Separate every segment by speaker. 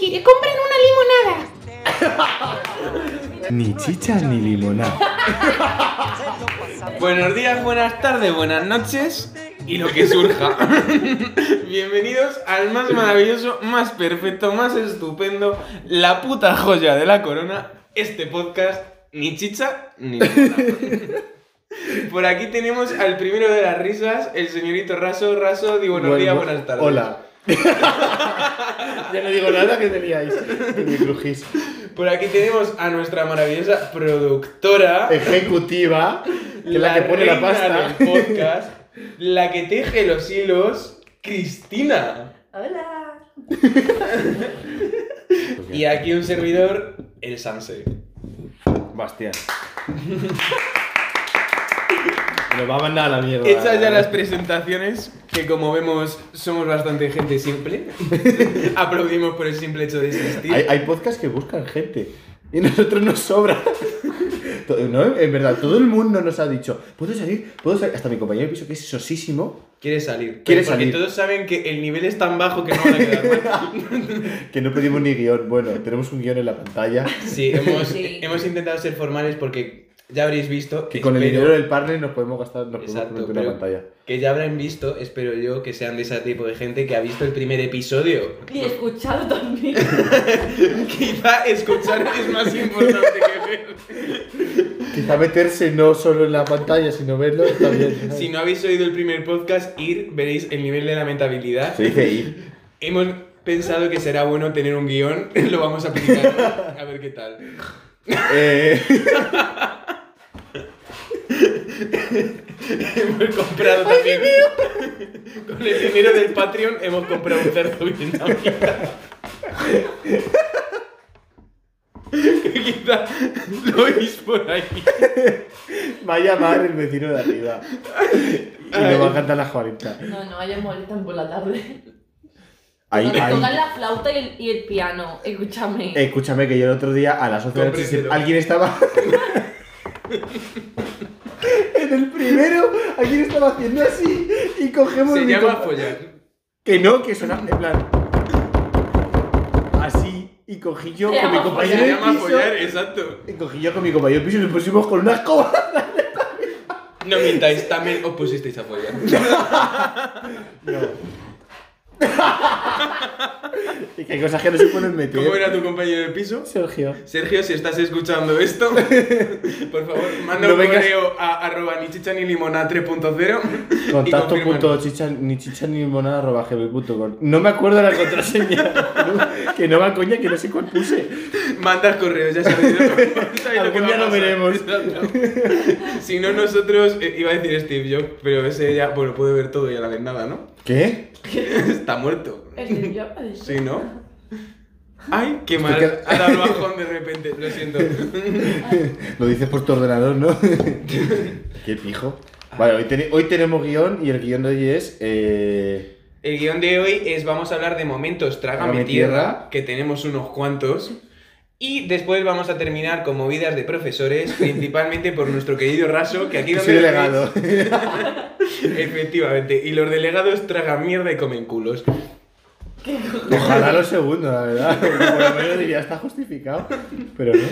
Speaker 1: que compren una limonada.
Speaker 2: Ni chicha ni limonada.
Speaker 3: Buenos días, buenas tardes, buenas noches y lo que surja. Bienvenidos al más maravilloso, más perfecto, más estupendo, la puta joya de la corona, este podcast, ni chicha ni limonada. Por aquí tenemos al primero de las risas, el señorito Raso. Raso, di buenos días,
Speaker 2: Bueno,
Speaker 3: buenas tardes.
Speaker 2: Hola. ya no digo nada que teníais. Que me crujís.
Speaker 3: Por aquí tenemos a nuestra maravillosa productora.
Speaker 2: Ejecutiva, que es Eh, la que pone la
Speaker 3: reina
Speaker 2: pasta.
Speaker 3: del podcast, la que teje los hilos, Cristina.
Speaker 1: Hola.
Speaker 3: Y aquí un servidor, el Sanse.
Speaker 2: Bastián. Nos va a mandar a la mierda.
Speaker 3: Hechas ya las presentaciones, que como vemos somos bastante gente simple. Aplaudimos por el simple hecho de existir.
Speaker 2: hay, hay podcasts que buscan gente. Y nosotros nos sobra. To- no, en verdad, todo el mundo nos ha dicho, ¿puedo salir? ¿Puedo salir? Hasta mi compañero de piso, que es sosísimo,
Speaker 3: Quiere salir.
Speaker 2: Quiere
Speaker 3: Porque
Speaker 2: salir.
Speaker 3: todos saben que el nivel es tan bajo que no van a quedar mal.
Speaker 2: que no pedimos ni guión. Bueno, tenemos un guión en la pantalla.
Speaker 3: Sí, hemos,
Speaker 1: Sí.
Speaker 3: hemos intentado ser formales porque ya habréis visto.
Speaker 2: Que con el
Speaker 3: espero-
Speaker 2: dinero del partner nos podemos gastar, nos podemos
Speaker 3: Exacto,
Speaker 2: poner una
Speaker 3: pero
Speaker 2: pantalla.
Speaker 3: que ya habrán visto, espero yo, que sean de ese tipo de gente que ha visto el primer episodio.
Speaker 1: Y he escuchado también.
Speaker 3: Quizá escuchar es más importante que ver.
Speaker 2: Quizá meterse no solo en la pantalla, sino verlo también.
Speaker 3: Si no habéis oído el primer podcast, ir, veréis el nivel de lamentabilidad.
Speaker 2: Se dice ir.
Speaker 3: Hemos pensado que será bueno tener un guión, lo vamos a aplicar, a ver qué tal.
Speaker 2: Eh,
Speaker 3: Hemos comprado también... Con el dinero del Patreon hemos comprado un cerdo vietnamita. Que Quizá lo oís por ahí.
Speaker 2: va a llamar el vecino de arriba. Y me va a cantar las 40.
Speaker 1: No, no, ellos molestan por la tarde.
Speaker 2: Ahí,
Speaker 1: Cuando
Speaker 2: ahí.
Speaker 1: tocan la flauta y el, y el piano, escúchame.
Speaker 2: Eh, Escúchame que yo el otro día a las 11 de la noche
Speaker 3: Compréndelo.
Speaker 2: alguien estaba. en el primero, alguien estaba haciendo así y cogemos
Speaker 3: Se
Speaker 2: mi
Speaker 3: llama
Speaker 2: compa-
Speaker 3: follar.
Speaker 2: Que no, que suena en plan. Así. Y cogí yo
Speaker 1: Se
Speaker 2: con mi
Speaker 1: llama
Speaker 2: compañero.
Speaker 3: Se
Speaker 2: del
Speaker 3: llama
Speaker 2: piso-
Speaker 3: follar, exacto.
Speaker 2: Y cogí yo con mi compañero del piso y nos pusimos con una escoba.
Speaker 3: No mintáis, también os pusisteis a follar.
Speaker 2: No. y que hay cosas que no se pueden meter.
Speaker 3: ¿Cómo era tu compañero de piso?
Speaker 2: Sergio.
Speaker 3: Sergio, si estás escuchando esto, por favor, manda
Speaker 2: No
Speaker 3: un
Speaker 2: vengas-
Speaker 3: correo a arroba ni chicha ni limonada 3.0 y
Speaker 2: Contacto
Speaker 3: confirma.
Speaker 2: punto chicha, ni chicha ni monada arroba gmail punto com. No me acuerdo la contraseña. que no va coña, que no sé cuál puse.
Speaker 3: Mandas correos, ya sabéis lo que, sabéis lo que
Speaker 2: Algún
Speaker 3: va a
Speaker 2: día lo
Speaker 3: pasar.
Speaker 2: veremos.
Speaker 3: Exacto. si no, nosotros, eh, iba a decir Steve Jobs, pero ese ya, bueno, puede ver todo y a la vez nada, ¿no?
Speaker 2: ¿Qué?
Speaker 3: Está muerto.
Speaker 1: El de pues, yo, el de-
Speaker 3: Sí, ¿no? Ay, qué mal.
Speaker 2: Estoy qued-
Speaker 3: Ha dado el bajón de repente, lo siento.
Speaker 2: Lo dices por tu ordenador, ¿no? Qué pijo. Vale, hoy, teni- hoy tenemos guión y el guión de hoy es. eh,
Speaker 3: El guión de hoy es vamos a hablar de momentos Trágame
Speaker 2: Trágame
Speaker 3: tierra,
Speaker 2: tierra.
Speaker 3: que tenemos unos cuantos. Y después vamos a terminar con movidas de profesores, principalmente por nuestro querido Raso, que aquí
Speaker 2: que
Speaker 3: donde
Speaker 2: soy
Speaker 3: lo
Speaker 2: delegado.
Speaker 3: veis- Efectivamente, y los delegados tragan mierda y comen culos.
Speaker 2: Ojalá lo segundo, la verdad. Porque Por lo menos diría, está justificado. Pero no.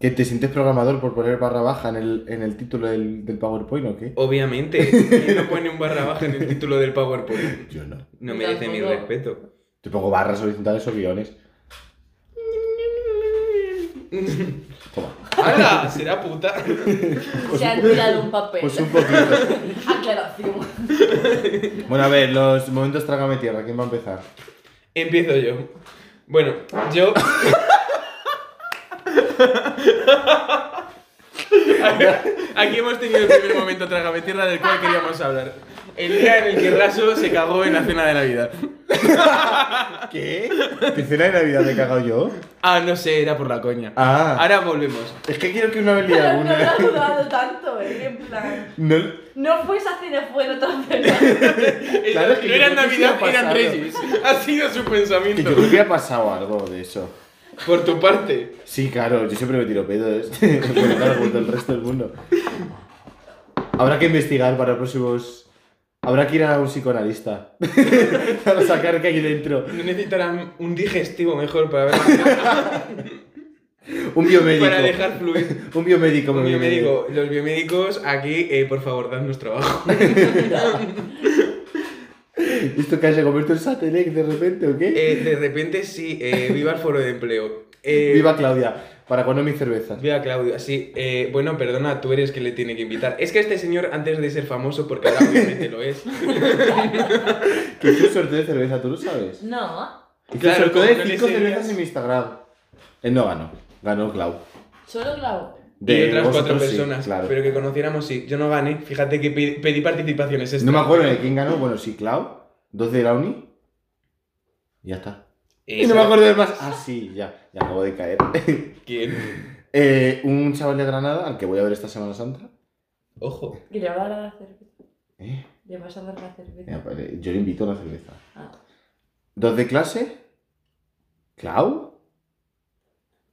Speaker 2: ¿Que te sientes programador por poner barra baja en el, en el título del, del PowerPoint o qué?
Speaker 3: Obviamente, ¿quién no pone un barra baja en el título del PowerPoint?
Speaker 2: Yo no.
Speaker 3: No merece mi
Speaker 1: Tampoco.
Speaker 3: respeto.
Speaker 2: Te pongo barras horizontales o guiones. Toma.
Speaker 3: ¡Hala! ¡Será puta!
Speaker 1: Se han tirado un papel.
Speaker 2: Pues un poquito.
Speaker 1: Aclaración.
Speaker 2: Bueno, a ver, los momentos trágame tierra. ¿Quién va a empezar?
Speaker 3: Empiezo yo. Bueno, yo. Aquí hemos tenido el primer momento trágame tierra del cual queríamos hablar. El día en el que Raso se cagó en la cena de Navidad.
Speaker 2: ¿Qué? ¿Qué cena de Navidad me he cagado yo?
Speaker 3: Ah, no sé, era por la coña.
Speaker 2: Ah.
Speaker 3: Ahora volvemos.
Speaker 2: Es que quiero que una vez lié
Speaker 1: Pero no lo
Speaker 2: alguna.
Speaker 1: ha dudado tanto, eh. En plan.
Speaker 2: No,
Speaker 1: No fue esa cena, fue en otra cena.
Speaker 2: Claro, es que yo
Speaker 3: no era
Speaker 2: creo que sí ha
Speaker 3: Navidad, eran
Speaker 2: pasado.
Speaker 3: Reyes. Ha sido su
Speaker 2: que
Speaker 3: pensamiento.
Speaker 2: yo creo que ha pasado algo de eso.
Speaker 3: Por tu parte.
Speaker 2: Sí, claro, yo siempre me tiro pedos. Bueno, claro, como todo el resto del mundo. Habrá que investigar para próximos Habrá que ir a un psicoanalista para sacar que hay dentro.
Speaker 3: No necesitarán un digestivo mejor para ver.
Speaker 2: Un biomédico.
Speaker 3: para dejar fluir.
Speaker 2: Un biomédico,
Speaker 3: Un
Speaker 2: me viene bien.
Speaker 3: biomédico. Los biomédicos aquí, eh, por favor, dadnos trabajo.
Speaker 2: ¿Esto que se convierte en satélite de repente o qué?
Speaker 3: Eh, de repente sí, eh, viva el foro de empleo. Eh,
Speaker 2: Viva Claudia, para cuando mis cervezas.
Speaker 3: Viva Claudio, sí. eh, bueno, perdona, tú eres quien le tiene que invitar. Es que este señor, antes de ser famoso, porque ahora obviamente lo es.
Speaker 2: Que hice un sorteo de cerveza, tú lo sabes.
Speaker 1: No,
Speaker 2: Hice
Speaker 3: Claro,
Speaker 2: un sorteo
Speaker 3: como
Speaker 2: de
Speaker 3: no le
Speaker 2: 5
Speaker 3: sigas.
Speaker 2: cervezas en mi Instagram. Él no ganó, ganó Clau.
Speaker 1: solo Clau.
Speaker 2: De
Speaker 3: y otras cuatro
Speaker 2: vosotros sí,
Speaker 3: personas.
Speaker 2: claro.
Speaker 3: Pero que conociéramos, sí. Yo no gané. Fíjate que pe- pedí participaciones.
Speaker 2: No me
Speaker 3: extra.
Speaker 2: acuerdo de quién ganó. Bueno, sí, Clau, 12 de la uni. Y ya está.
Speaker 3: Eh,
Speaker 2: Y no me acuerdo de más. Ah, sí, ya, ya acabo de caer.
Speaker 3: ¿Quién?
Speaker 2: Eh, un chaval de Granada, al que voy a ver esta Semana Santa.
Speaker 3: Ojo.
Speaker 1: Que le va a dar la cerveza.
Speaker 2: Eh,
Speaker 1: Le vas a dar la
Speaker 2: mira,
Speaker 1: cerveza.
Speaker 2: padre, pues, eh, yo le invito a una cerveza.
Speaker 1: Ah.
Speaker 2: ¿Dos de clase? ¿Clau?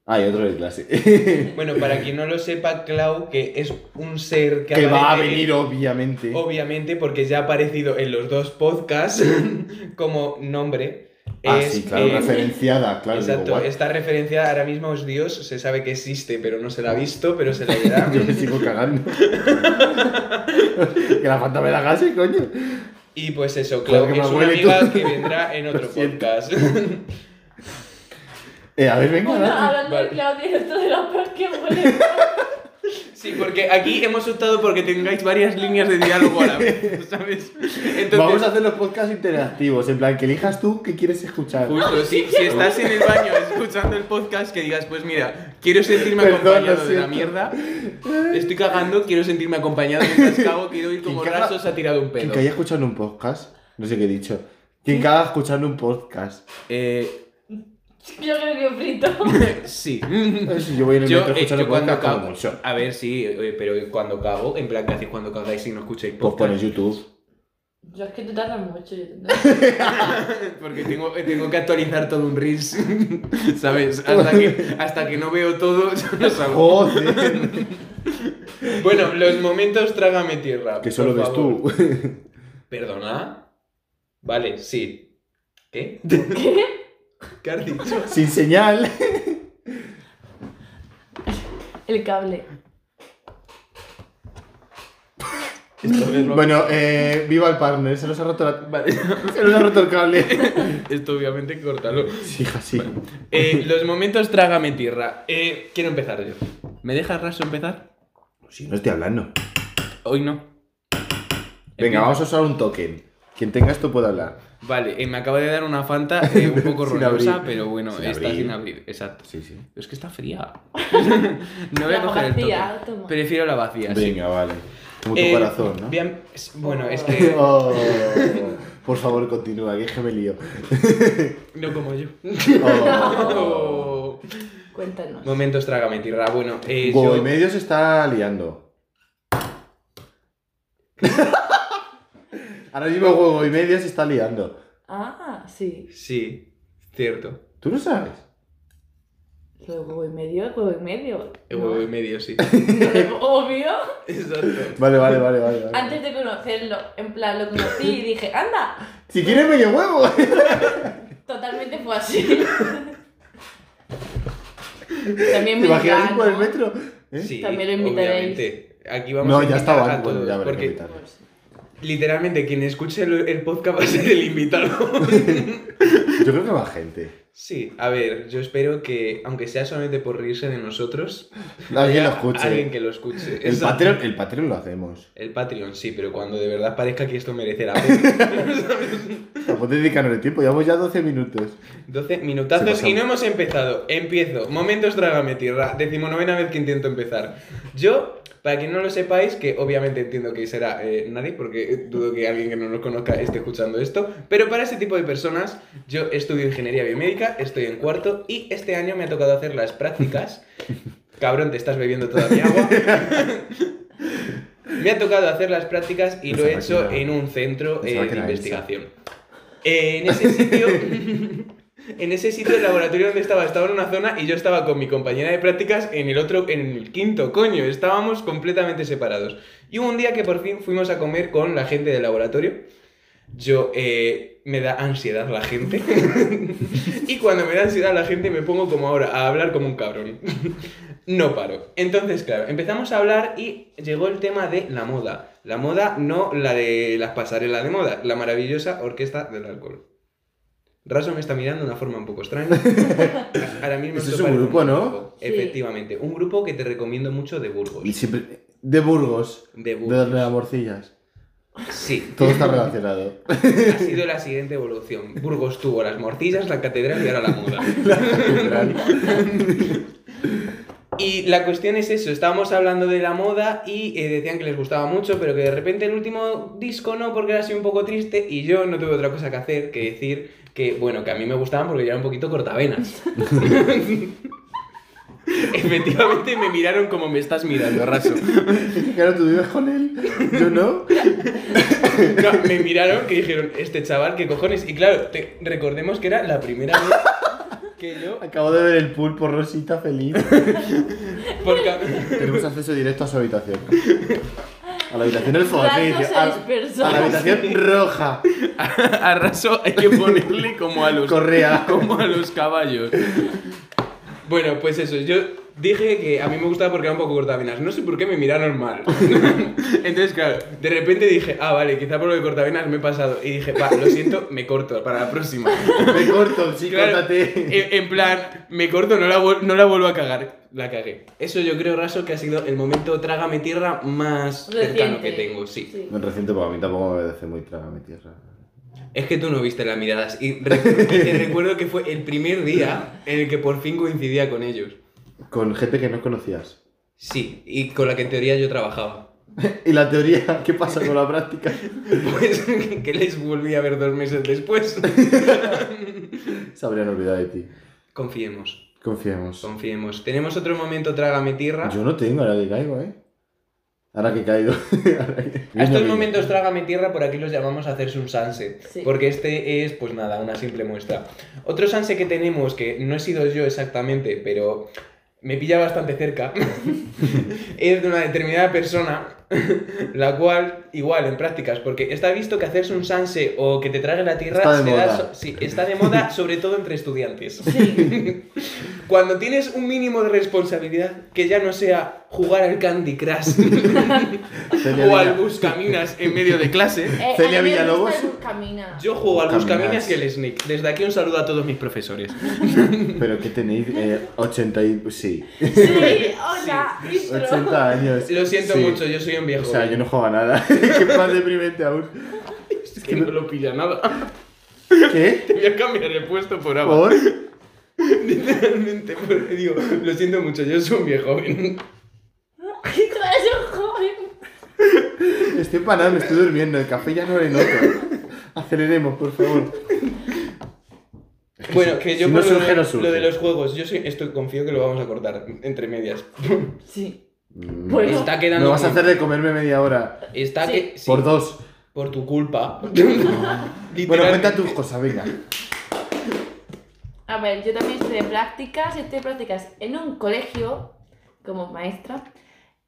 Speaker 2: Ah, y otro de clase.
Speaker 3: Bueno, para quien no lo sepa, Clau, que es un ser que,
Speaker 2: que va a
Speaker 3: aparece-
Speaker 2: venir, obviamente.
Speaker 3: Obviamente, porque ya ha aparecido en los dos podcasts como nombre.
Speaker 2: ah,
Speaker 3: es,
Speaker 2: sí, claro,
Speaker 3: eh,
Speaker 2: referenciada, claro. digo,
Speaker 3: Exacto,
Speaker 2: guau.
Speaker 3: está referenciada ahora mismo es Dios, se sabe que existe, pero no se la ha visto, pero se la verá.
Speaker 2: Yo me sigo cagando. que la fanta me la gase, coño.
Speaker 3: y pues eso,
Speaker 2: Claro que
Speaker 3: Clau
Speaker 2: me
Speaker 3: es una
Speaker 2: huele tú.
Speaker 3: amiga que vendrá en otro
Speaker 2: Lo siento.
Speaker 3: podcast.
Speaker 2: Eh, a ver, venga,
Speaker 1: Bueno,
Speaker 2: dale.
Speaker 1: hablando
Speaker 3: Vale.
Speaker 1: de Claudia, esto de la peor que huele.
Speaker 3: sí, porque aquí hemos optado porque tengáis varias líneas de diálogo a la vez, ¿sabes? Entonces,
Speaker 2: Vamos a hacer los podcasts interactivos, en plan, que elijas tú qué quieres escuchar.
Speaker 3: Justo, si, si estás en el baño escuchando el podcast, que digas, pues mira, quiero sentirme
Speaker 2: Perdón, lo
Speaker 3: acompañado de la
Speaker 2: siento.
Speaker 3: mierda, estoy cagando, quiero sentirme acompañado mientras cago, quiero ir como
Speaker 2: Quien caga-
Speaker 3: rasos ha tirado un
Speaker 2: Quien
Speaker 3: pedo.
Speaker 2: que haya escuchado un podcast, no sé qué he dicho. Quien caga escuchando un podcast.
Speaker 3: Eh,
Speaker 1: Yo creo que frito.
Speaker 3: sí.
Speaker 2: Eh, Si yo voy en el
Speaker 3: Yo,
Speaker 2: metro
Speaker 3: eh,
Speaker 2: escuchando
Speaker 3: yo cuando
Speaker 2: podcast,
Speaker 3: cago.
Speaker 2: como mucho.
Speaker 3: A ver, sí, eh, pero cuando cago, en plan, ¿qué hacéis cuando cagáis si no escucháis
Speaker 2: Pues pones
Speaker 3: podcast?
Speaker 2: YouTube.
Speaker 1: Yo es que tú tardas mucho. Yo te
Speaker 3: Porque tengo, eh, tengo que actualizar todo un reels, ¿sabes?
Speaker 2: Pues
Speaker 3: Hasta que, hasta que no veo todo, yo no salgo.
Speaker 2: Joder,
Speaker 3: Bueno, los momentos trágame tierra.
Speaker 2: que solo
Speaker 3: por
Speaker 2: ves
Speaker 3: favor.
Speaker 2: tú.
Speaker 3: ¿Perdona? Vale, sí. ¿Qué?
Speaker 1: ¿Qué?
Speaker 3: ¿Qué has dicho?
Speaker 2: Sin señal.
Speaker 1: El cable.
Speaker 3: Esto es lo-
Speaker 2: Bueno, eh, viva el partner, se nos ha roto, la-
Speaker 3: Vale,
Speaker 2: se nos ha roto el cable.
Speaker 3: esto obviamente cortalo.
Speaker 2: Sí, hija, sí.
Speaker 3: Eh, los momentos trágame tierra. Eh, quiero empezar yo. ¿Me dejas raso empezar?
Speaker 2: Si no estoy hablando.
Speaker 3: Hoy no.
Speaker 2: Venga,
Speaker 3: Empieza.
Speaker 2: vamos a usar un token. Quien tenga esto puede hablar.
Speaker 3: Vale, eh, me acaba de dar una Fanta eh, un poco
Speaker 2: Sin
Speaker 3: ruidosa,
Speaker 2: abrir.
Speaker 3: pero bueno,
Speaker 2: Sin
Speaker 3: está
Speaker 2: abrir.
Speaker 3: sin abrir, exacto.
Speaker 2: Sí, sí.
Speaker 3: Es que está fría. no voy a
Speaker 1: La
Speaker 3: coger el
Speaker 1: vacía,
Speaker 3: toque.
Speaker 1: toma.
Speaker 3: Prefiero la vacía, sí.
Speaker 2: Venga, vale. Como tu
Speaker 3: Eh,
Speaker 2: corazón, ¿no?
Speaker 3: bien- es- bueno, es que
Speaker 2: Oh, por favor, continúa, que es que me lío.
Speaker 3: no como yo.
Speaker 2: Oh.
Speaker 1: Cuéntanos.
Speaker 3: Momentos trágame tierra. Bueno, eh,
Speaker 2: Go y
Speaker 3: yo-
Speaker 2: medio se está liando. Ahora mismo Go y medio se está liando.
Speaker 1: Ah, sí.
Speaker 3: Sí, cierto.
Speaker 2: ¿Tú lo sabes?
Speaker 1: Lo de huevo y medio, el huevo y medio.
Speaker 3: El
Speaker 1: No.
Speaker 3: huevo y medio, sí.
Speaker 1: Lo de- Obvio.
Speaker 3: Exacto.
Speaker 2: Vale, vale, vale, vale. vale.
Speaker 1: Antes de conocerlo, en plan, lo conocí y dije, anda.
Speaker 2: Si quieres medio huevo.
Speaker 1: Totalmente fue así.
Speaker 2: ¿Te
Speaker 1: También me
Speaker 2: imaginas ir por el
Speaker 1: encanta.
Speaker 2: metro? ¿Eh?
Speaker 3: Sí,
Speaker 1: También lo invitaréis.
Speaker 3: obviamente. Aquí vamos
Speaker 2: No,
Speaker 3: a
Speaker 2: ya
Speaker 3: invitar
Speaker 2: estaba.
Speaker 3: a
Speaker 2: Bueno,
Speaker 3: todos,
Speaker 2: ya habrá que
Speaker 3: porque
Speaker 2: invitar.
Speaker 1: Pues,
Speaker 3: literalmente quien escuche el, el podcast va a ser el invitado.
Speaker 2: Yo creo que va gente.
Speaker 3: sí, a ver, yo espero que, aunque sea solamente por reírse de nosotros,
Speaker 2: Alguien lo
Speaker 3: haya
Speaker 2: escuche.
Speaker 3: Alguien que lo escuche.
Speaker 2: El,
Speaker 3: Exacto.
Speaker 2: Patreon, el Patreon lo hacemos.
Speaker 3: El Patreon, sí, pero cuando de verdad parezca que esto merece la pena.
Speaker 2: Tampoco dedicarnos el tiempo, llevamos ya 12 minutos.
Speaker 3: 12
Speaker 2: Se
Speaker 3: minutazos
Speaker 2: pasó.
Speaker 3: y no hemos empezado. Empiezo. Momentos trágame tierra. Decimonovena vez que intento empezar. Yo, para quien no lo sepáis, que obviamente entiendo que será eh, nadie, porque dudo que alguien que no nos conozca esté escuchando esto, pero para ese tipo de personas, yo estudio ingeniería biomédica, estoy en cuarto y este año me ha tocado hacer las prácticas. Cabrón, te estás bebiendo toda mi agua. me ha tocado hacer las prácticas y lo he
Speaker 2: Pensaba
Speaker 3: hecho
Speaker 2: que era-
Speaker 3: en un centro eh,
Speaker 2: pensaba que
Speaker 3: de
Speaker 2: era Elsa.
Speaker 3: investigación. Eh, en ese sitio en ese sitio del laboratorio donde estaba, estaba en una zona y yo estaba con mi compañera de prácticas en el otro, en el quinto, coño, estábamos completamente separados. Y hubo un día que por fin fuimos a comer con la gente del laboratorio. Yo, eh, me da ansiedad la gente. y cuando me da ansiedad la gente me pongo como ahora, a hablar como un cabrón. No paro. Entonces, claro, empezamos a hablar y llegó el tema de la moda. La moda, no la de las pasarelas de moda, la maravillosa orquesta del alcohol. Raso me está mirando de una forma un poco extraña. Ahora mismo
Speaker 2: Eso
Speaker 3: esto
Speaker 2: es un
Speaker 3: parece
Speaker 2: grupo, ¿no?
Speaker 1: Sí.
Speaker 3: Efectivamente, un grupo que te recomiendo mucho de Burgos.
Speaker 2: Y siempre. De Burgos.
Speaker 3: De
Speaker 2: De las
Speaker 3: Burgos.
Speaker 2: Megamorcillas.
Speaker 3: Sí.
Speaker 2: Todo está relacionado.
Speaker 3: ha sido la siguiente evolución. Burgos tuvo las morcillas, la catedral y ahora la moda. Y la cuestión es eso, estábamos hablando de la moda y eh, decían que les gustaba mucho, pero que de repente el último disco no, porque era así un poco triste y yo no tuve otra cosa que hacer que decir que, bueno, que a mí me gustaban porque yo era un poquito cortavenas. Efectivamente me miraron como me estás mirando, raso.
Speaker 2: claro, tú vives con él. Yo no.
Speaker 3: No, me miraron que dijeron, este chaval, ¿qué cojones? Y claro, te- recordemos que era la primera vez que yo...
Speaker 2: Acabo de ver el pulpo Rosita feliz.
Speaker 3: Porque...
Speaker 2: Tenemos acceso directo a su habitación. A la habitación del
Speaker 1: Rato
Speaker 2: fogotín. A,
Speaker 1: seis
Speaker 2: a la
Speaker 1: personas.
Speaker 2: habitación roja.
Speaker 3: A raso hay que ponerle como a los
Speaker 2: Correa.
Speaker 3: como a los caballos. Bueno, pues eso, yo dije que a mí me gustaba porque era un poco cortavenas. No sé por qué me miraron mal. Entonces, claro, de repente dije, ah, vale, quizá por lo de cortavenas me he pasado. Y dije, va, lo siento, me corto para la próxima.
Speaker 2: Me corto, sí,
Speaker 3: Claro,
Speaker 2: córtate.
Speaker 3: en, en plan, me corto, no la, vuel- no la vuelvo a cagar. La cagué. Eso yo creo, Raso, que ha sido el momento trágame tierra más cercano
Speaker 1: Reciente.
Speaker 3: que tengo, sí.
Speaker 2: Reciente, pues a mí tampoco me parece muy traga mi tierra.
Speaker 3: Es que tú no viste las miradas. Y re- y te recuerdo que fue el primer día en el que por fin coincidía con ellos.
Speaker 2: Con gente que no conocías.
Speaker 3: Sí, y con la que en teoría yo trabajaba.
Speaker 2: ¿Y la teoría? ¿Qué pasa con la práctica?
Speaker 3: Pues que les volví a ver dos meses después.
Speaker 2: Se habrían olvidado de ti.
Speaker 3: Confiemos,
Speaker 2: Confiemos.
Speaker 3: confiemos. Tenemos otro momento trágame tierra.
Speaker 2: Yo no tengo, ahora que caigo, ¿eh? Ahora que caigo. Ahora que-
Speaker 3: A estos momentos trágame tierra, por aquí los llamamos hacerse un sunset.
Speaker 1: Sí.
Speaker 3: Porque este es, pues nada, una simple muestra. Otro sunset que tenemos, que no he sido yo exactamente, pero me pilla bastante cerca, es de una determinada persona, la cual, igual, en prácticas, porque está visto que hacerse un sunset o que te trague la tierra
Speaker 2: Está de
Speaker 3: se da
Speaker 2: moda.
Speaker 3: so- sí, está de moda, sobre todo entre estudiantes.
Speaker 1: Sí.
Speaker 3: Cuando tienes un mínimo de responsabilidad, que ya no sea jugar al Candy Crush
Speaker 2: Celia
Speaker 3: o
Speaker 2: Villa-
Speaker 3: al Buscaminas en medio de clase.
Speaker 1: Eh,
Speaker 2: Celia
Speaker 1: a mí me
Speaker 2: Villalobos.
Speaker 1: gusta el Buscamina.
Speaker 3: Yo juego al
Speaker 2: Caminas.
Speaker 3: Buscaminas y el Snake. Desde aquí un saludo a todos mis profesores.
Speaker 2: Pero que tenéis eh, 80 y... Sí.
Speaker 1: Sí, hola, intro.
Speaker 2: 80 años.
Speaker 3: Lo siento
Speaker 2: Sí.
Speaker 3: mucho, yo soy un viejo.
Speaker 2: O sea, yo no juego a nada. Qué más deprimente aún.
Speaker 3: Es que no lo pilla nada.
Speaker 2: ¿Qué?
Speaker 3: Voy a cambiar el puesto por agua.
Speaker 2: ¿Por?
Speaker 3: Literalmente, porque digo, lo siento mucho, yo soy un viejo.
Speaker 1: Tú eres un joven.
Speaker 2: Estoy parado, me estoy durmiendo. El café ya no le noto. Aceleremos, por favor.
Speaker 3: Bueno, que yo
Speaker 2: si
Speaker 3: por
Speaker 2: no
Speaker 3: lo,
Speaker 2: surge,
Speaker 3: de,
Speaker 2: no
Speaker 3: lo
Speaker 2: surge.
Speaker 3: de los juegos, yo soy, estoy, confío que lo vamos a cortar entre medias.
Speaker 1: Sí.
Speaker 2: Mm,
Speaker 1: Pues-
Speaker 3: Está quedando.
Speaker 2: Me vas a
Speaker 3: muy-
Speaker 2: hacer de comerme media hora.
Speaker 3: Está
Speaker 1: Sí.
Speaker 3: que. sí,
Speaker 2: Por dos.
Speaker 3: por tu culpa.
Speaker 2: Bueno, cuenta
Speaker 3: Literalmente.
Speaker 2: tus cosas, venga.
Speaker 1: A ver, yo también estoy de prácticas, estoy de prácticas en un colegio como maestra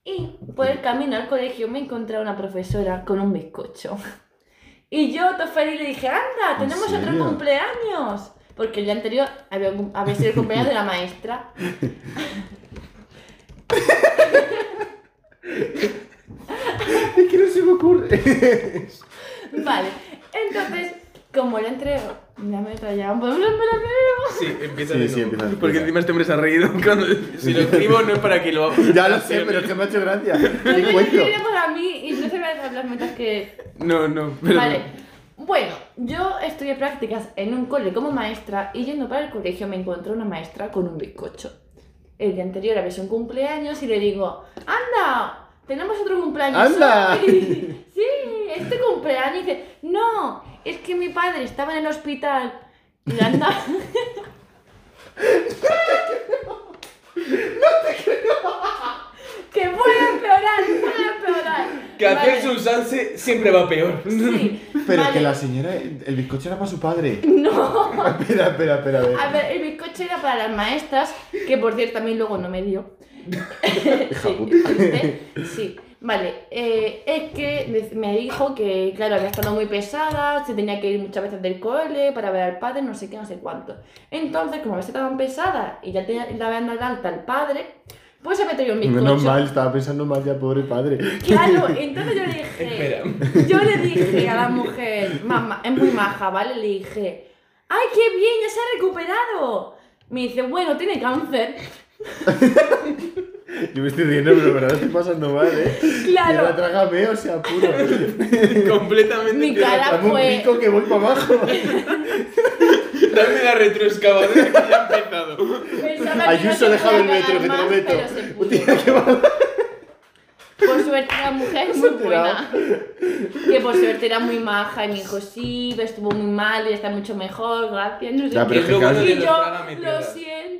Speaker 1: y por el camino al colegio me encontré a una profesora con un bizcocho. Y yo, todo feliz, le dije, anda,
Speaker 2: ¿En
Speaker 1: tenemos otro
Speaker 2: serio?
Speaker 1: cumpleaños. Porque el día anterior había, un cum- había sido el cumpleaños de la maestra.
Speaker 2: Es que no se me ocurre.
Speaker 1: Vale, entonces, como la entrego, ya me traían, pues me la entrego.
Speaker 3: Sí, empieza
Speaker 2: Sí,
Speaker 3: de
Speaker 2: sí,
Speaker 3: nuevo.
Speaker 2: empieza, empieza.
Speaker 3: Porque encima este hombre se ha reído. Cuando, si lo escribo no es para que lo
Speaker 2: Ya lo sé, pero es que me ha hecho gracia.
Speaker 1: Pero
Speaker 2: Te
Speaker 1: yo
Speaker 2: cuento.
Speaker 1: escribí para mí y no se me van a hablar mientras que
Speaker 3: No, no, pero.
Speaker 1: Vale. Bueno, yo estudié prácticas en un cole como maestra y yendo para el colegio me encontré una maestra con un bizcocho. El día anterior había sido un cumpleaños y le digo, anda, tenemos otro cumpleaños.
Speaker 2: ¡Anda!
Speaker 1: hoy". Sí, este cumpleaños. Y dice, no, es que mi padre estaba en el hospital. Y le anda. Que puede empeorar, puede empeorar.
Speaker 3: que hacer
Speaker 1: Vale.
Speaker 3: su salse siempre va peor.
Speaker 1: Sí,
Speaker 2: Pero
Speaker 1: vale.
Speaker 2: que la señora, el bizcocho era para su padre.
Speaker 1: No.
Speaker 2: espera, espera, espera, a ver.
Speaker 1: A ver, el bizcocho era para las maestras, que por cierto a mí luego no me dio. sí,
Speaker 2: puta.
Speaker 1: ¿viste? sí. Vale, eh, es que dec- me dijo que, claro, había estado muy pesada, se tenía que ir muchas veces del cole para ver al padre, no sé qué, no sé cuánto. Entonces, como había estado tan pesada y ya tenía, la habían dado alta al padre, pues se me traía un bizcocho.
Speaker 2: Menos mal, estaba pensando mal ya, pobre padre.
Speaker 1: Claro, entonces yo le dije.
Speaker 3: Espera.
Speaker 1: Yo le dije a la mujer, mamá, es muy maja, ¿vale? Le dije, ¡ay, qué bien! ¡Ya se ha recuperado! Me dice, bueno, tiene cáncer.
Speaker 2: Yo me estoy riendo, pero la verdad estoy pasando mal, ¿eh? Y ahora
Speaker 1: Claro,
Speaker 2: trágame, o sea, puro.
Speaker 3: Completamente.
Speaker 1: mi cara
Speaker 2: Dame un
Speaker 1: fue.
Speaker 2: pico que voy para abajo.
Speaker 3: Dame la retroexcavadora que ya ha empezado.
Speaker 1: pensaba que no
Speaker 2: Ayuso,
Speaker 1: se
Speaker 2: déjame el
Speaker 1: podía
Speaker 2: metro, que te lo
Speaker 1: cagar más,
Speaker 2: meto.
Speaker 1: pero se pudo.
Speaker 2: Hostia, qué mal.
Speaker 1: Por suerte la mujer es muy
Speaker 2: he enterado.
Speaker 1: buena. Que por suerte era muy maja y me dijo, sí, estuvo muy mal y está mucho mejor, gracias. No sé
Speaker 2: Ya,
Speaker 1: qué".
Speaker 2: pero es
Speaker 3: lo
Speaker 2: que
Speaker 3: bueno
Speaker 2: claro.
Speaker 3: de
Speaker 1: Y
Speaker 3: los
Speaker 1: yo,
Speaker 3: trágame
Speaker 1: lo
Speaker 3: tierras.
Speaker 1: siento.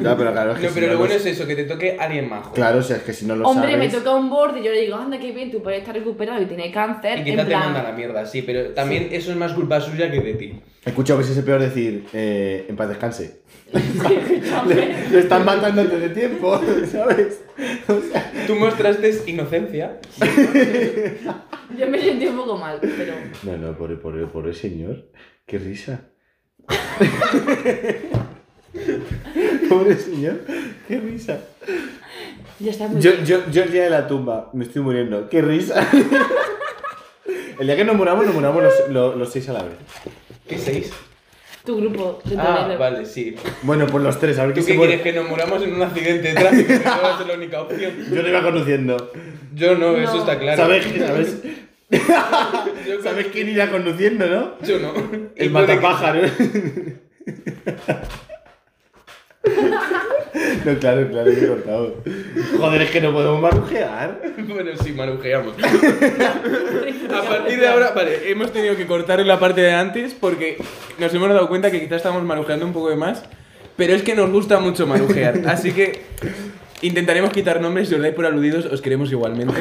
Speaker 2: No, pero claro, es que
Speaker 3: No,
Speaker 2: si
Speaker 3: pero
Speaker 2: no
Speaker 3: lo bueno
Speaker 2: lo-
Speaker 3: es eso, que te toque alguien majo.
Speaker 2: Claro, o sea, es que si no lo
Speaker 1: Hombre, me
Speaker 2: sabes...
Speaker 1: toca un borde y yo le digo, anda, qué bien, tú puedes estar recuperado y tiene cáncer.
Speaker 3: Y
Speaker 1: en
Speaker 3: quizá te
Speaker 1: plan,
Speaker 3: manda a la mierda, sí, pero también eso es más culpa suya que de ti.
Speaker 2: Escucha, a veces es peor decir, eh, en paz descanse.
Speaker 1: escúchame.
Speaker 2: Le, le están matando antes de tiempo, ¿sabes? O sea,
Speaker 3: Tú mostraste inocencia.
Speaker 1: Yo me sentí un poco mal, pero.
Speaker 2: no, no, pobre, pobre, pobre señor. Qué risa. pobre señor, qué risa.
Speaker 1: Ya está pues, muy
Speaker 2: Yo,
Speaker 1: bien.
Speaker 2: yo, yo el día de la tumba, me estoy muriendo. Qué risa. El día que nos muramos, nos muramos los, lo- los seis a la vez.
Speaker 3: ¿Qué seis?
Speaker 1: Tu grupo de
Speaker 3: Ah,
Speaker 1: Toledo.
Speaker 3: vale, sí.
Speaker 2: Bueno, pues los tres, a ver
Speaker 3: ¿Tú
Speaker 2: qué se
Speaker 3: qué
Speaker 2: muere.
Speaker 3: quieres que nos muramos en un accidente de tráfico? Que no va a ser la única opción.
Speaker 2: Yo no iba conduciendo.
Speaker 3: Yo no, eso
Speaker 1: No.
Speaker 3: está claro.
Speaker 2: ¿Sabes? ¿Sabes?
Speaker 3: Yo,
Speaker 2: ¿Sabes quién iba conduciendo, no?
Speaker 3: Yo no.
Speaker 2: El
Speaker 3: Y puede que-
Speaker 2: matapájaro. no, claro, claro, que he cortado. Joder, es que no podemos marujear.
Speaker 3: Bueno, sí, marujeamos. A partir de ahora, vale, hemos tenido que cortar la parte de antes porque nos hemos dado cuenta que quizás estamos marujeando un poco de más, pero es que nos gusta mucho marujear, así que intentaremos quitar nombres, si os dais por aludidos, os queremos igualmente.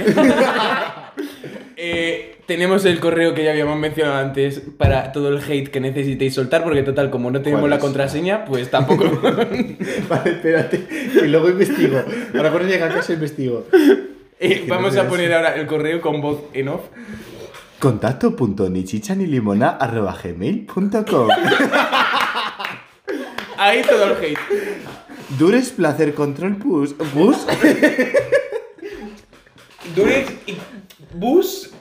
Speaker 3: Eh, tenemos el correo que ya habíamos mencionado antes para todo el hate que necesitéis soltar, porque total, como no tenemos
Speaker 2: ¿Cuál
Speaker 3: la
Speaker 2: es?
Speaker 3: contraseña, pues tampoco...
Speaker 2: Vale, espérate. Y luego investigo. Ahora cuando llegue a casa investigo.
Speaker 3: Eh,
Speaker 2: Que no
Speaker 3: vamos a
Speaker 2: veas.
Speaker 3: poner ahora el correo con voz en off.
Speaker 2: Contacto.nichichanilimoná.gmail.com
Speaker 3: Ahí todo el hate.
Speaker 2: Dures placer control bus. ¿Bus?
Speaker 3: Durex y Bus. eh,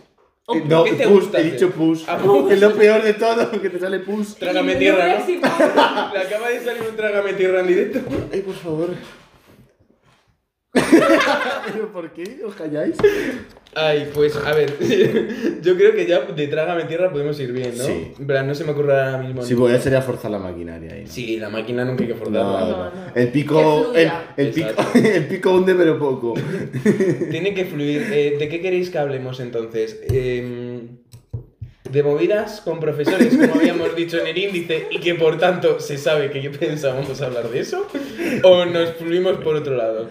Speaker 2: No,
Speaker 3: Oh, ¿Qué te
Speaker 2: pus,
Speaker 3: gusta
Speaker 2: he
Speaker 3: hacer?
Speaker 2: dicho pus.
Speaker 3: Ah, pus.
Speaker 2: Es lo peor de todo, que te sale pus.
Speaker 3: Trágame
Speaker 1: Y
Speaker 3: tierra,
Speaker 1: luego
Speaker 3: ¿no? Le acaba de salir un trágame tierra en directo.
Speaker 2: Ay, por favor. ¿Pero por qué? ¿Os calláis?
Speaker 3: Ay, pues a ver. Yo creo que ya de trágame tierra podemos ir bien, ¿no?
Speaker 2: Sí.
Speaker 3: En plan, no se me ocurre ahora mismo.
Speaker 2: Sí, pues ya sería forzar la maquinaria ahí. ¿no?
Speaker 3: Sí, la máquina nunca hay que
Speaker 2: No,
Speaker 3: forzarla.
Speaker 2: no.
Speaker 1: no, no.
Speaker 2: El
Speaker 1: Que
Speaker 2: pico. El,
Speaker 1: fluya.
Speaker 2: el pico
Speaker 3: Exacto.
Speaker 2: el pico hunde, pero poco.
Speaker 3: Tiene que fluir. Eh, ¿De qué queréis que hablemos entonces? Em, de movidas con profesores, como habíamos dicho en el índice, y que por tanto se sabe que pensábamos hablar de eso, o nos fluimos por otro lado.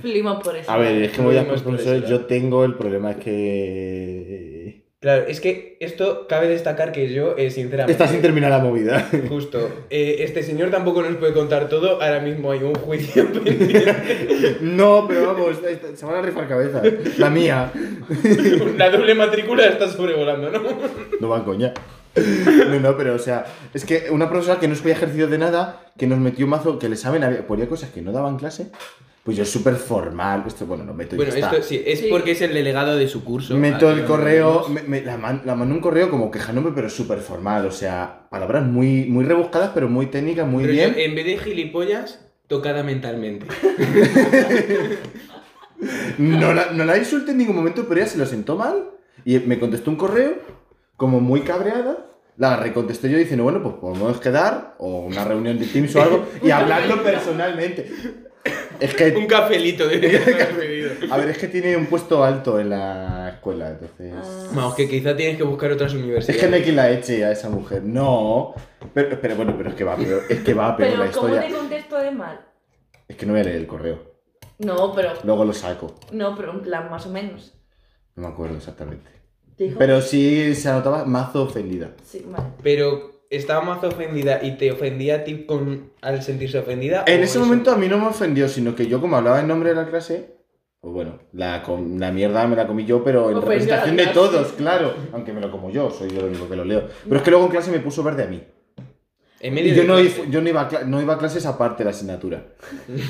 Speaker 1: Flimos por eso.
Speaker 2: A ver, es que voy a
Speaker 3: Fluimos
Speaker 2: por
Speaker 3: por
Speaker 2: profesores.
Speaker 3: ese lado.
Speaker 2: Yo tengo el problema es que.
Speaker 3: Claro, es que esto cabe destacar que yo, eh, sinceramente.
Speaker 2: Está sin terminar la movida.
Speaker 3: Justo. Eh, este señor tampoco nos puede contar todo. Ahora mismo hay un juicio pendiente.
Speaker 2: No, pero vamos, se van a rifar cabezas. La mía.
Speaker 3: La doble matrícula está sobrevolando, ¿no?
Speaker 2: No van coña. No, no, pero o sea, es que una profesora que no se había ejercido de nada, que nos metió un mazo, que le saben, había- ponía cosas que no daban clase, pues yo súper formal, esto, bueno, lo meto y
Speaker 3: Bueno,
Speaker 2: ya está.
Speaker 3: esto sí, es
Speaker 1: Sí.
Speaker 3: porque es el delegado de su curso.
Speaker 2: Meto
Speaker 3: Aquí
Speaker 2: el
Speaker 3: lo
Speaker 2: correo,
Speaker 3: tenemos.
Speaker 2: me- me- la, man- la mandó un correo como quejándome, pero súper formal, o sea, palabras muy, muy rebuscadas, pero muy técnicas, muy
Speaker 3: Pero
Speaker 2: bien.
Speaker 3: yo, en vez de gilipollas, tocada mentalmente.
Speaker 2: No, la, no la insulté en ningún momento, pero ella se lo sentó mal y me contestó un correo, como muy cabreada. La recontesté yo diciendo, bueno, pues podemos quedar, o una reunión de Teams o algo, y hablarlo personalmente. Es que
Speaker 3: Un cafelito de pedido.
Speaker 2: A ver, es que tiene un puesto alto en la escuela, entonces.
Speaker 1: Ah.
Speaker 3: Vamos, que quizá tienes que buscar otras
Speaker 2: Es que
Speaker 3: universidades.
Speaker 2: no hay quien la eche a esa mujer. No. Pero, pero bueno, pero es que va peor. Es que va peor la
Speaker 1: Pero, ¿cómo
Speaker 2: historia.
Speaker 1: te contesto de mal?
Speaker 2: Es que no voy a leer el correo.
Speaker 1: No, pero.
Speaker 2: Luego lo saco.
Speaker 1: No, pero en plan, más o menos.
Speaker 2: No me acuerdo exactamente.
Speaker 1: ¿Te dijo?
Speaker 2: Pero sí se anotaba mazo ofendida.
Speaker 1: Sí, vale.
Speaker 3: Pero estaba más ofendida y te ofendía a ti con, al sentirse ofendida.
Speaker 2: En
Speaker 3: o
Speaker 2: ese
Speaker 3: eso?
Speaker 2: momento a mí no me ofendió, sino que yo como hablaba en nombre de la clase, pues bueno, la, com- la mierda me la comí yo, pero en
Speaker 1: Ofendió a la
Speaker 2: representación de
Speaker 1: clase.
Speaker 2: todos, claro. Aunque me lo como yo, soy yo el único que lo leo. Pero es que luego en clase me puso verde a mí.
Speaker 3: En
Speaker 2: Y yo
Speaker 3: medio de este
Speaker 2: no,
Speaker 3: clase.
Speaker 2: if- yo no, iba, a cla- no iba a clases aparte de la asignatura.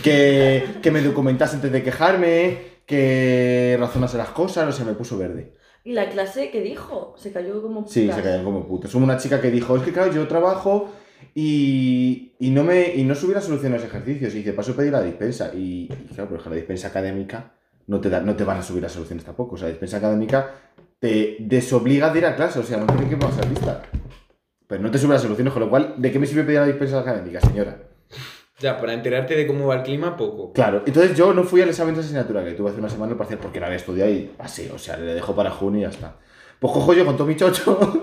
Speaker 2: Que, que me documentase antes de quejarme, que razonase las cosas, o sea, me puso verde.
Speaker 1: ¿Y la clase qué dijo? Se cayó como
Speaker 2: Sí,
Speaker 1: putas.
Speaker 2: se caían como putas. Hubo una chica que dijo, es que claro, yo trabajo y, y no me y no subí la solución a los ejercicios. Y dice, paso a pedir la dispensa. Y, y claro, por ejemplo, la dispensa académica no te, da, no te van a subir las soluciones tampoco. O sea, la dispensa académica te desobliga de ir a clase, o sea, no tiene que pasar lista. Pero no te sube las soluciones, con lo cual, ¿de qué me sirve pedir la dispensa académica, señora?
Speaker 3: Ya, para enterarte de cómo va el clima, poco.
Speaker 2: Claro, entonces yo no fui al examen de asignatura que tuve hace una semana para hacer porque no había estudiado y así, o sea, le dejo para junio y ya está. Pues cojo yo con todo mi chocho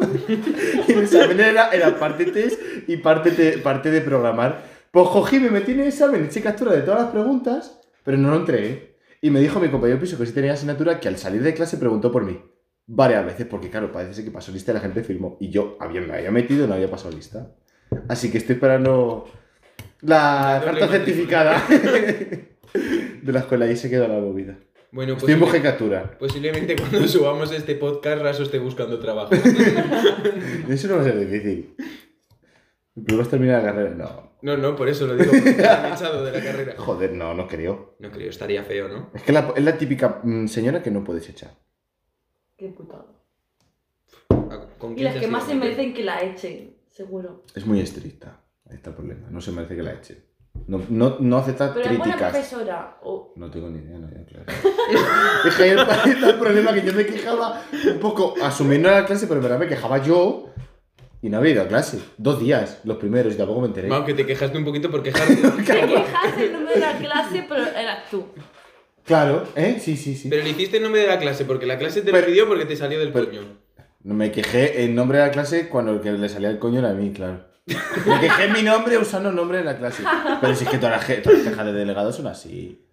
Speaker 2: y el examen era, era parte test y parte, te- parte de programar. Pues cogí, me metí en el examen, eché captura de todas las preguntas, pero no lo ¿eh? entregué. Y me dijo mi compañero de piso que sí tenía asignatura que al salir de clase preguntó por mí varias veces porque, claro, parece ser que pasó lista y la gente firmó. Y yo había, me había metido y no había pasado lista. Así que estoy esperando la
Speaker 3: Doble
Speaker 2: carta
Speaker 3: matrícula.
Speaker 2: certificada de la escuela y se quedó la movida.
Speaker 3: Bueno,
Speaker 2: Estoy en
Speaker 3: posible-
Speaker 2: busca de captura.
Speaker 3: posiblemente cuando subamos este podcast, Raso esté buscando trabajo.
Speaker 2: Eso no va a ser difícil. Pero vas a terminar la carrera. No.
Speaker 3: No, no, por eso lo digo. porque me han echado de la carrera.
Speaker 2: Joder, no, no creo.
Speaker 3: No creo, estaría feo, ¿no?
Speaker 2: Es que la- es la típica mm, señora que no puedes echar.
Speaker 1: Qué putada.
Speaker 3: Ah, ¿Con
Speaker 1: Y
Speaker 3: quién
Speaker 1: las
Speaker 3: te
Speaker 1: que
Speaker 3: has
Speaker 1: más
Speaker 3: ido?
Speaker 1: se merecen que la echen, seguro.
Speaker 2: Es muy estricta. Ahí está el problema. No se merece que la echen. No, no, no acepta
Speaker 1: Pero es buena
Speaker 2: críticas.
Speaker 1: profesora. o-
Speaker 2: No tengo ni idea, no, ya, claro. es que ahí está- ahí está el problema que yo me quejaba un poco asumiendo la clase, pero en verdad me quejaba yo y no había ido a clase. Dos días, los primeros, y tampoco me enteré.
Speaker 3: Mau, que te quejaste un poquito por quejarte.
Speaker 1: Te quejas el nombre de la clase, pero eras tú.
Speaker 2: Claro, ¿eh? Sí, sí, sí.
Speaker 3: Pero lo hiciste en nombre de la clase, porque la clase te lo
Speaker 2: Pero-
Speaker 3: pidió porque te salió del
Speaker 2: pero-
Speaker 3: coño.
Speaker 2: No me quejé en nombre de la clase cuando el que le salía el coño era a mí, claro. Me quejé en mi nombre usando el nombre de la clase. Pero si es que todas las je- todas las quejas de delegados son así.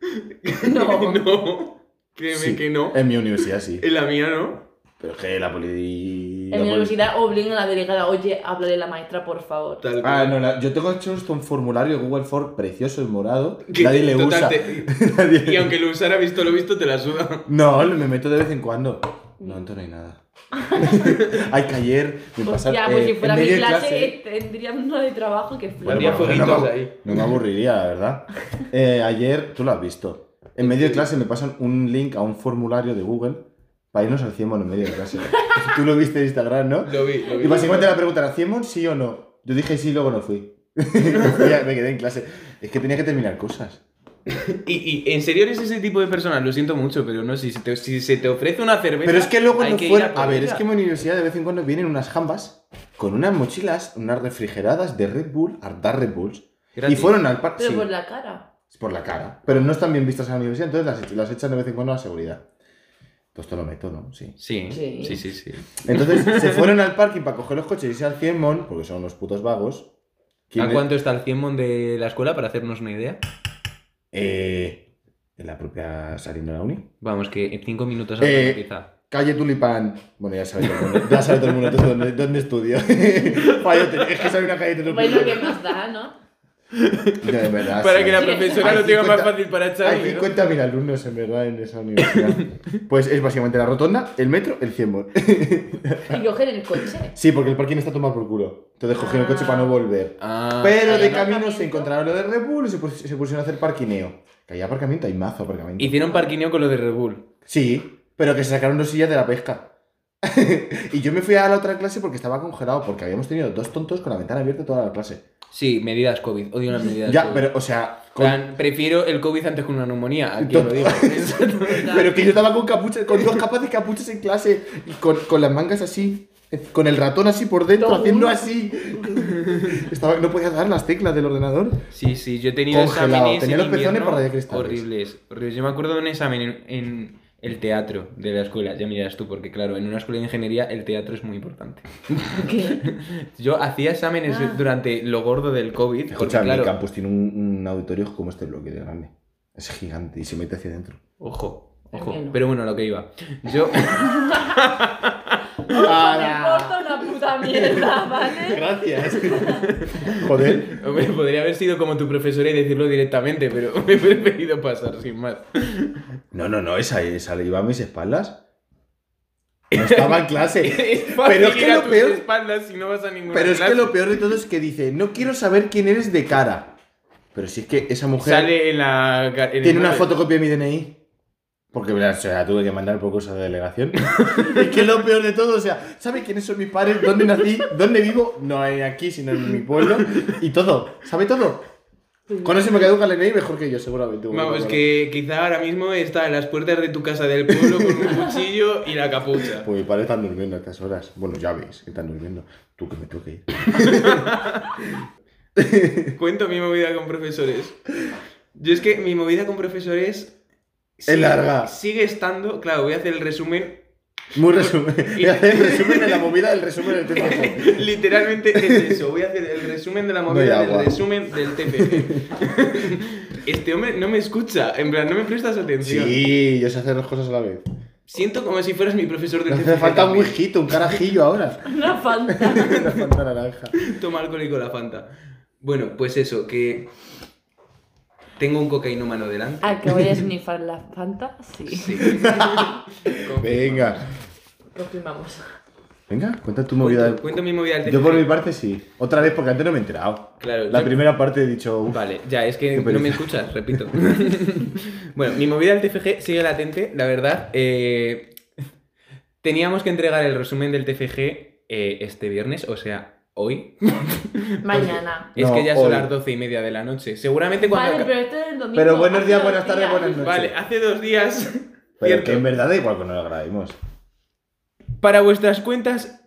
Speaker 1: No.
Speaker 3: No, créeme
Speaker 2: Sí, Eh.
Speaker 3: que no.
Speaker 2: En mi universidad sí.
Speaker 3: En la mía no.
Speaker 2: Pero es que la poli... la
Speaker 1: En mi
Speaker 2: poli-
Speaker 1: universidad obligan a la delegada, oye, habla de la maestra, por favor.
Speaker 3: Tal
Speaker 2: Ah,
Speaker 3: cual.
Speaker 2: no, la- yo tengo hecho esto un formulario de Google Form precioso en morado.
Speaker 3: Que-
Speaker 2: Nadie le
Speaker 3: total,
Speaker 2: usa.
Speaker 3: te-
Speaker 2: Nadie-
Speaker 3: y aunque lo usara visto lo visto, te la suda.
Speaker 2: No, me meto de vez en cuando. No, entonces no hay nada. hay que ayer me pasar,
Speaker 1: Hostia, pues
Speaker 2: eh,
Speaker 1: si fuera
Speaker 2: en
Speaker 1: mi
Speaker 2: medio de pues,
Speaker 1: clase, eh. tendría uno de trabajo que flipa.
Speaker 3: Bueno, Tendría
Speaker 2: pero
Speaker 3: fueguitos
Speaker 2: no, me-
Speaker 3: ahí.
Speaker 2: no me aburriría, la verdad. Eh, ayer, tú lo has visto. En medio de clase me pasan un link a un formulario de Google para irnos al Ciemon en medio de clase. tú lo viste en Instagram, ¿no?
Speaker 3: Lo vi, lo vi.
Speaker 2: Y básicamente la pregunta era, ¿Ciemon sí o no? Yo dije sí, luego no fui. Ya me quedé en clase. Es que tenía que terminar cosas.
Speaker 3: Y, y en serio eres ese tipo de personas, lo siento mucho, pero no, si se te, si se te ofrece una cerveza.
Speaker 2: Pero es que luego
Speaker 3: hay
Speaker 2: no
Speaker 3: que ir
Speaker 2: fuera...
Speaker 3: por
Speaker 2: A ver,
Speaker 3: ella.
Speaker 2: es que en mi universidad de vez en cuando vienen unas jambas con unas mochilas, unas refrigeradas de Red Bull, hartas Red Bulls.
Speaker 3: Gratis.
Speaker 2: Y fueron al parque...
Speaker 1: Pero por la cara.
Speaker 2: Es por la cara. Pero no están bien vistas en la universidad, entonces las, las echan de vez en cuando a la seguridad. Pues te lo meto, ¿no? Sí.
Speaker 3: Sí,
Speaker 1: Sí.
Speaker 3: sí, sí, sí.
Speaker 2: Entonces se fueron al parking para coger los coches y irse al 100 mon, porque son unos putos vagos. ¿Quién
Speaker 3: ¿A
Speaker 2: es?
Speaker 3: cuánto está el 100 mon de la escuela para hacernos una idea?
Speaker 2: Eh, en la propia saliendo de la uni.
Speaker 3: Vamos, que en 5 minutos antes
Speaker 2: Eh,
Speaker 3: empieza.
Speaker 2: Calle Tulipán. Bueno, ya sabe todo el mundo, ya sabe todo el mundo entonces, dónde, dónde estudio. Fallote, es que sabe una calle de Tulipán.
Speaker 1: Bueno, ¿qué más da, no?
Speaker 2: Ya, de verdad,
Speaker 3: Para
Speaker 2: sí.
Speaker 3: que la
Speaker 1: Sí.
Speaker 3: profesora
Speaker 2: Hay
Speaker 3: lo tenga más
Speaker 2: 50
Speaker 3: fácil para echar.
Speaker 2: Hay 50.000 alumnos en verdad en esa universidad. Pues es básicamente la rotonda, el metro, el 100 mon.
Speaker 1: Y coger el coche.
Speaker 2: Sí, porque el parking está tomado por culo. Entonces cogieron el coche
Speaker 1: Ah.
Speaker 2: para no volver.
Speaker 3: Ah,
Speaker 2: Pero de
Speaker 1: ¿hay
Speaker 2: camino
Speaker 1: aparcamiento?
Speaker 2: se encontraron lo de Red Bull y se, pus- se pusieron a hacer parquineo. Que hay aparcamiento, hay mazo aparcamiento.
Speaker 3: hicieron parquineo con lo de Red Bull.
Speaker 2: Sí, pero que se sacaron dos sillas de la pesca. y yo me fui a la otra clase porque estaba congelado, porque habíamos tenido dos tontos con la ventana abierta toda la clase.
Speaker 3: Sí, medidas COVID. Odio las medidas
Speaker 2: Ya,
Speaker 3: COVID.
Speaker 2: pero, o sea,
Speaker 3: En
Speaker 2: con-
Speaker 3: plan, prefiero el COVID antes con una neumonía. Aquí lo digo.
Speaker 2: pero que yo estaba con capucha, con dos capas de capuchas en clase y con, con las mangas así, eh, con el ratón así por dentro,
Speaker 1: Todo.
Speaker 2: haciendo así. Estaba, no podía dar las teclas del ordenador.
Speaker 3: Sí, sí, yo he tenido
Speaker 2: Congelado.
Speaker 3: exámenes
Speaker 2: Tenía
Speaker 3: en
Speaker 2: los pezones
Speaker 3: invierno
Speaker 2: por radiacristales.
Speaker 3: horribles, horribles. Yo me acuerdo de un examen en, en el teatro de la escuela. Ya mirarás tú, porque claro, en una escuela de ingeniería el teatro es muy importante.
Speaker 1: ¿Qué?
Speaker 3: Yo hacía exámenes
Speaker 1: Ah.
Speaker 3: durante lo gordo del COVID. Porque,
Speaker 2: Escucha,
Speaker 3: claro,
Speaker 2: mi campus tiene un, un auditorio como este bloque de grande. Es gigante y se mete hacia adentro.
Speaker 3: Ojo. Ojo,
Speaker 1: Al menos.
Speaker 3: pero bueno, lo que iba. Yo.
Speaker 1: Ojo,
Speaker 2: Para.
Speaker 1: me importa una puta mierda, ¿vale?
Speaker 2: Gracias. Joder.
Speaker 3: Hombre, podría haber sido como tu profesora y decirlo directamente, pero me he preferido pasar sin más.
Speaker 2: No, no, no, esa, esa iba a mis espaldas. No estaba en clase.
Speaker 3: Es fácil
Speaker 2: Pero es que
Speaker 3: ir a
Speaker 2: lo
Speaker 3: tus
Speaker 2: peor-
Speaker 3: espaldas si no vas a ninguna
Speaker 2: Pero es que
Speaker 3: clase.
Speaker 2: lo peor de todo es que dice, no quiero saber quién eres de cara. Pero si es que esa mujer
Speaker 3: Sale en la... en el
Speaker 2: tiene una
Speaker 3: móvil.
Speaker 2: fotocopia de mi DNI. Porque me la- o sea, la tuve que mandar por cosa de delegación. es que es lo peor de todo, o sea, ¿sabe quiénes son mis padres? ¿Dónde nací? ¿Dónde vivo? No en aquí, sino en mi pueblo. Y todo. ¿Sabe todo? Con eso me caduca el DNI mejor que yo, seguramente.
Speaker 3: Vamos, que quizá ahora mismo está en las puertas de tu casa del pueblo con un cuchillo y la capucha.
Speaker 2: Pues mis padres están durmiendo a estas horas. Bueno, ya veis que están durmiendo. Tú que me tengo que ir.
Speaker 3: Cuento mi movida con profesores. Yo es que mi movida con profesores...
Speaker 2: Es larga.
Speaker 3: Sigue estando... Claro, voy a hacer el resumen
Speaker 2: Muy resumen. Voy a hacer el resumen de la movida del resumen del tema.
Speaker 3: Literalmente es eso. Voy a hacer el resumen de la movida
Speaker 2: No hay
Speaker 3: del
Speaker 2: agua.
Speaker 3: resumen del TPG. Este hombre no me escucha. En plan, no me prestas atención.
Speaker 2: Sí, yo sé hacer dos cosas a la vez.
Speaker 3: Siento como si fueras mi profesor de
Speaker 2: Me hace
Speaker 3: TPG
Speaker 2: falta un
Speaker 3: también.
Speaker 2: whiskito, un carajillo ahora.
Speaker 1: Una fanta.
Speaker 2: Una fanta naranja.
Speaker 3: Toma alcohólico la Fanta. Bueno, pues eso, que. Tengo un cocainómano delante.
Speaker 1: ¿A que voy a snifar la fanta? Sí.
Speaker 3: Sí.
Speaker 2: Venga.
Speaker 1: Confirmamos.
Speaker 2: Venga, cuenta tu movida.
Speaker 3: Cuento, cuento mi movida del
Speaker 2: Yo por mi
Speaker 3: TPG.
Speaker 2: parte sí. Otra vez porque antes no me he enterado.
Speaker 3: Claro,
Speaker 2: La
Speaker 3: yo-
Speaker 2: primera parte he dicho... uf,
Speaker 3: Vale, ya, es
Speaker 2: Qué
Speaker 3: que no me
Speaker 2: pereza.
Speaker 3: escuchas, repito. bueno, mi movida del TFG sigue latente, la verdad. Eh, teníamos que entregar el resumen del TFG eh, este viernes, o sea, hoy.
Speaker 1: Mañana.
Speaker 3: es
Speaker 2: No,
Speaker 3: que ya son
Speaker 2: hoy.
Speaker 3: las doce y media de la noche. Seguramente cuando...
Speaker 1: Vale,
Speaker 3: aca-
Speaker 1: pero este es el domingo.
Speaker 2: Pero buenos
Speaker 1: hace
Speaker 2: días,
Speaker 1: dos
Speaker 2: buenas tardes,
Speaker 1: días.
Speaker 2: buenas noches.
Speaker 3: Vale, hace dos días...
Speaker 2: Pero
Speaker 3: cierto,
Speaker 2: que en verdad da igual que no lo grabemos.
Speaker 3: Para vuestras cuentas,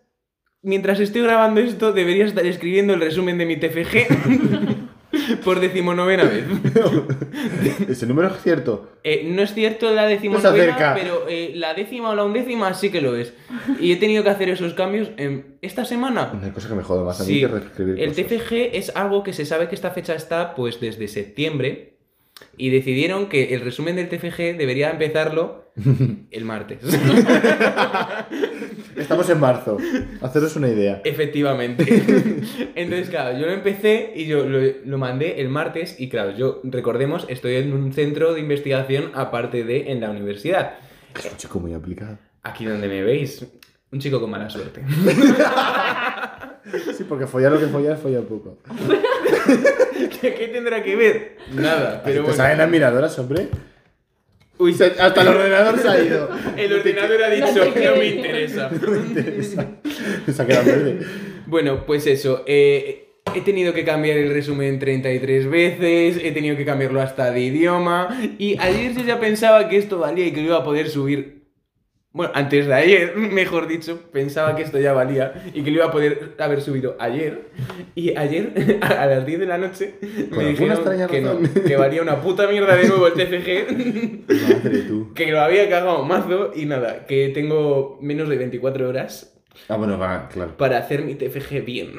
Speaker 3: mientras estoy grabando esto, debería estar escribiendo el resumen de mi TFG por decimonovena vez.
Speaker 2: Ese número es cierto.
Speaker 3: Eh, no es cierto la décima
Speaker 2: No se acerca.
Speaker 3: pero eh, la décima o la undécima sí que lo es. Y he tenido que hacer esos cambios en esta semana.
Speaker 2: No hay cosa que me jode más a mí
Speaker 3: Sí,
Speaker 2: que reescribir
Speaker 3: el
Speaker 2: cosas.
Speaker 3: TFG es algo que se sabe que esta fecha está pues desde septiembre y decidieron que el resumen del TFG debería empezarlo el martes.
Speaker 2: Estamos en marzo. Haceros una idea.
Speaker 3: Eh, Efectivamente. Entonces, claro, yo lo empecé y yo lo, lo mandé el martes y claro, yo recordemos, estoy en un centro de investigación aparte de en la universidad.
Speaker 2: Es un chico muy aplicado.
Speaker 3: Aquí donde me veis, un chico con mala suerte.
Speaker 2: Sí, porque follar lo que follar, follar poco.
Speaker 3: ¿Qué, qué tendrá que ver? Nada,
Speaker 2: Pero
Speaker 3: pero
Speaker 2: ¿Te
Speaker 3: bueno.
Speaker 2: salen las miradoras, hombre?
Speaker 3: Uy,
Speaker 2: Se- Hasta el ordenador se ha ido.
Speaker 3: el ordenador ha
Speaker 1: No te
Speaker 3: dicho,
Speaker 1: creo".
Speaker 3: no me interesa.
Speaker 2: Se ha quedado verde.
Speaker 3: Bueno, pues eso. eh, he tenido que cambiar el resumen 33 veces, he tenido que cambiarlo hasta de idioma. Y ayer yo ya pensaba que esto valía y que lo iba a poder subir. Bueno, antes de ayer, mejor dicho, pensaba que esto ya valía y que lo iba a poder haber subido ayer. Y ayer, a las 10 de la noche,
Speaker 2: Con
Speaker 3: me
Speaker 2: alguna
Speaker 3: dijeron
Speaker 2: extraña
Speaker 3: que no,
Speaker 2: razón.
Speaker 3: que valía una puta mierda de nuevo el TFG.
Speaker 2: Madre tú.
Speaker 3: Que lo había cagado mazo y nada, que tengo menos de 24 horas
Speaker 2: Ah, bueno, va, claro.
Speaker 3: para hacer mi TFG bien.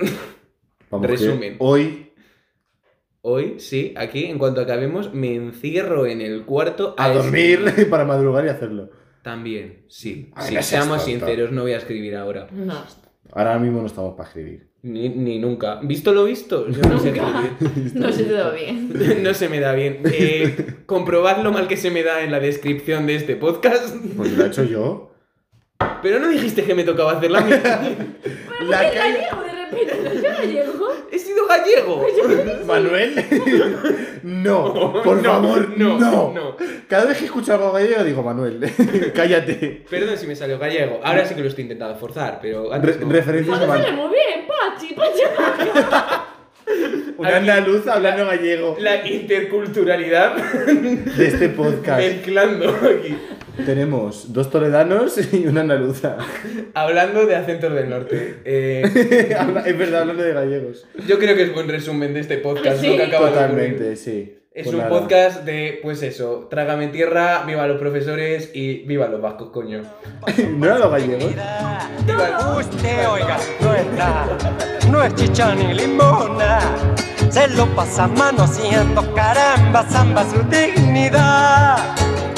Speaker 2: que
Speaker 3: Resumen.
Speaker 2: Hoy,
Speaker 3: Hoy, sí, aquí, en cuanto acabemos, me encierro en el cuarto
Speaker 2: a dormir para madrugar y hacerlo.
Speaker 3: También, sí.
Speaker 2: Ay,
Speaker 3: Si
Speaker 2: no seas tonto.
Speaker 3: seamos sinceros, no voy a escribir ahora.
Speaker 1: No.
Speaker 2: Ahora mismo no estamos para escribir.
Speaker 3: Ni, ni nunca. ¿Visto lo visto? Yo no sé
Speaker 1: Nunca.
Speaker 3: escribir.
Speaker 1: No se te da bien.
Speaker 3: No se me da bien. Eh, comprobad lo mal que se me da en la descripción de este podcast.
Speaker 2: Pues lo he hecho yo.
Speaker 3: Pero no dijiste que me tocaba hacer la mía.
Speaker 2: La calle-
Speaker 1: ¿Qué gallego de repente? ¿Yo gallego?
Speaker 3: He sido gallego.
Speaker 2: Manuel, no, por
Speaker 3: No,
Speaker 2: favor,
Speaker 3: no,
Speaker 2: no,
Speaker 3: no.
Speaker 2: Cada vez que escucho algo gallego digo, Manuel, cállate.
Speaker 3: Perdón si me salió gallego. Ahora sí que lo estoy intentando forzar, pero
Speaker 2: Re-
Speaker 3: antes no.
Speaker 2: referencias a
Speaker 1: Cuando sale
Speaker 2: Man-
Speaker 1: muy bien, Pachi, Pachi.
Speaker 2: un andaluz hablando gallego
Speaker 3: La interculturalidad
Speaker 2: de este podcast.
Speaker 3: mezclando aquí.
Speaker 2: Tenemos dos toledanos y una andaluza.
Speaker 3: Hablando de acentos del norte. eh,
Speaker 2: Habla- es verdad, hablando de gallegos.
Speaker 3: yo creo que es buen resumen de este podcast.
Speaker 1: Sí.
Speaker 3: lo que acaba de ocurrir.
Speaker 2: Totalmente, sí.
Speaker 3: Es
Speaker 2: Pues
Speaker 3: un
Speaker 2: nada.
Speaker 3: podcast de, pues eso, trágame tierra, viva los profesores y viva los vascos, coño.
Speaker 2: ¿No eran los gallegos?
Speaker 4: Usted, oiga, no está, no es chicha ni limona. Se lo pasa a mano siendo caramba, zamba su dignidad.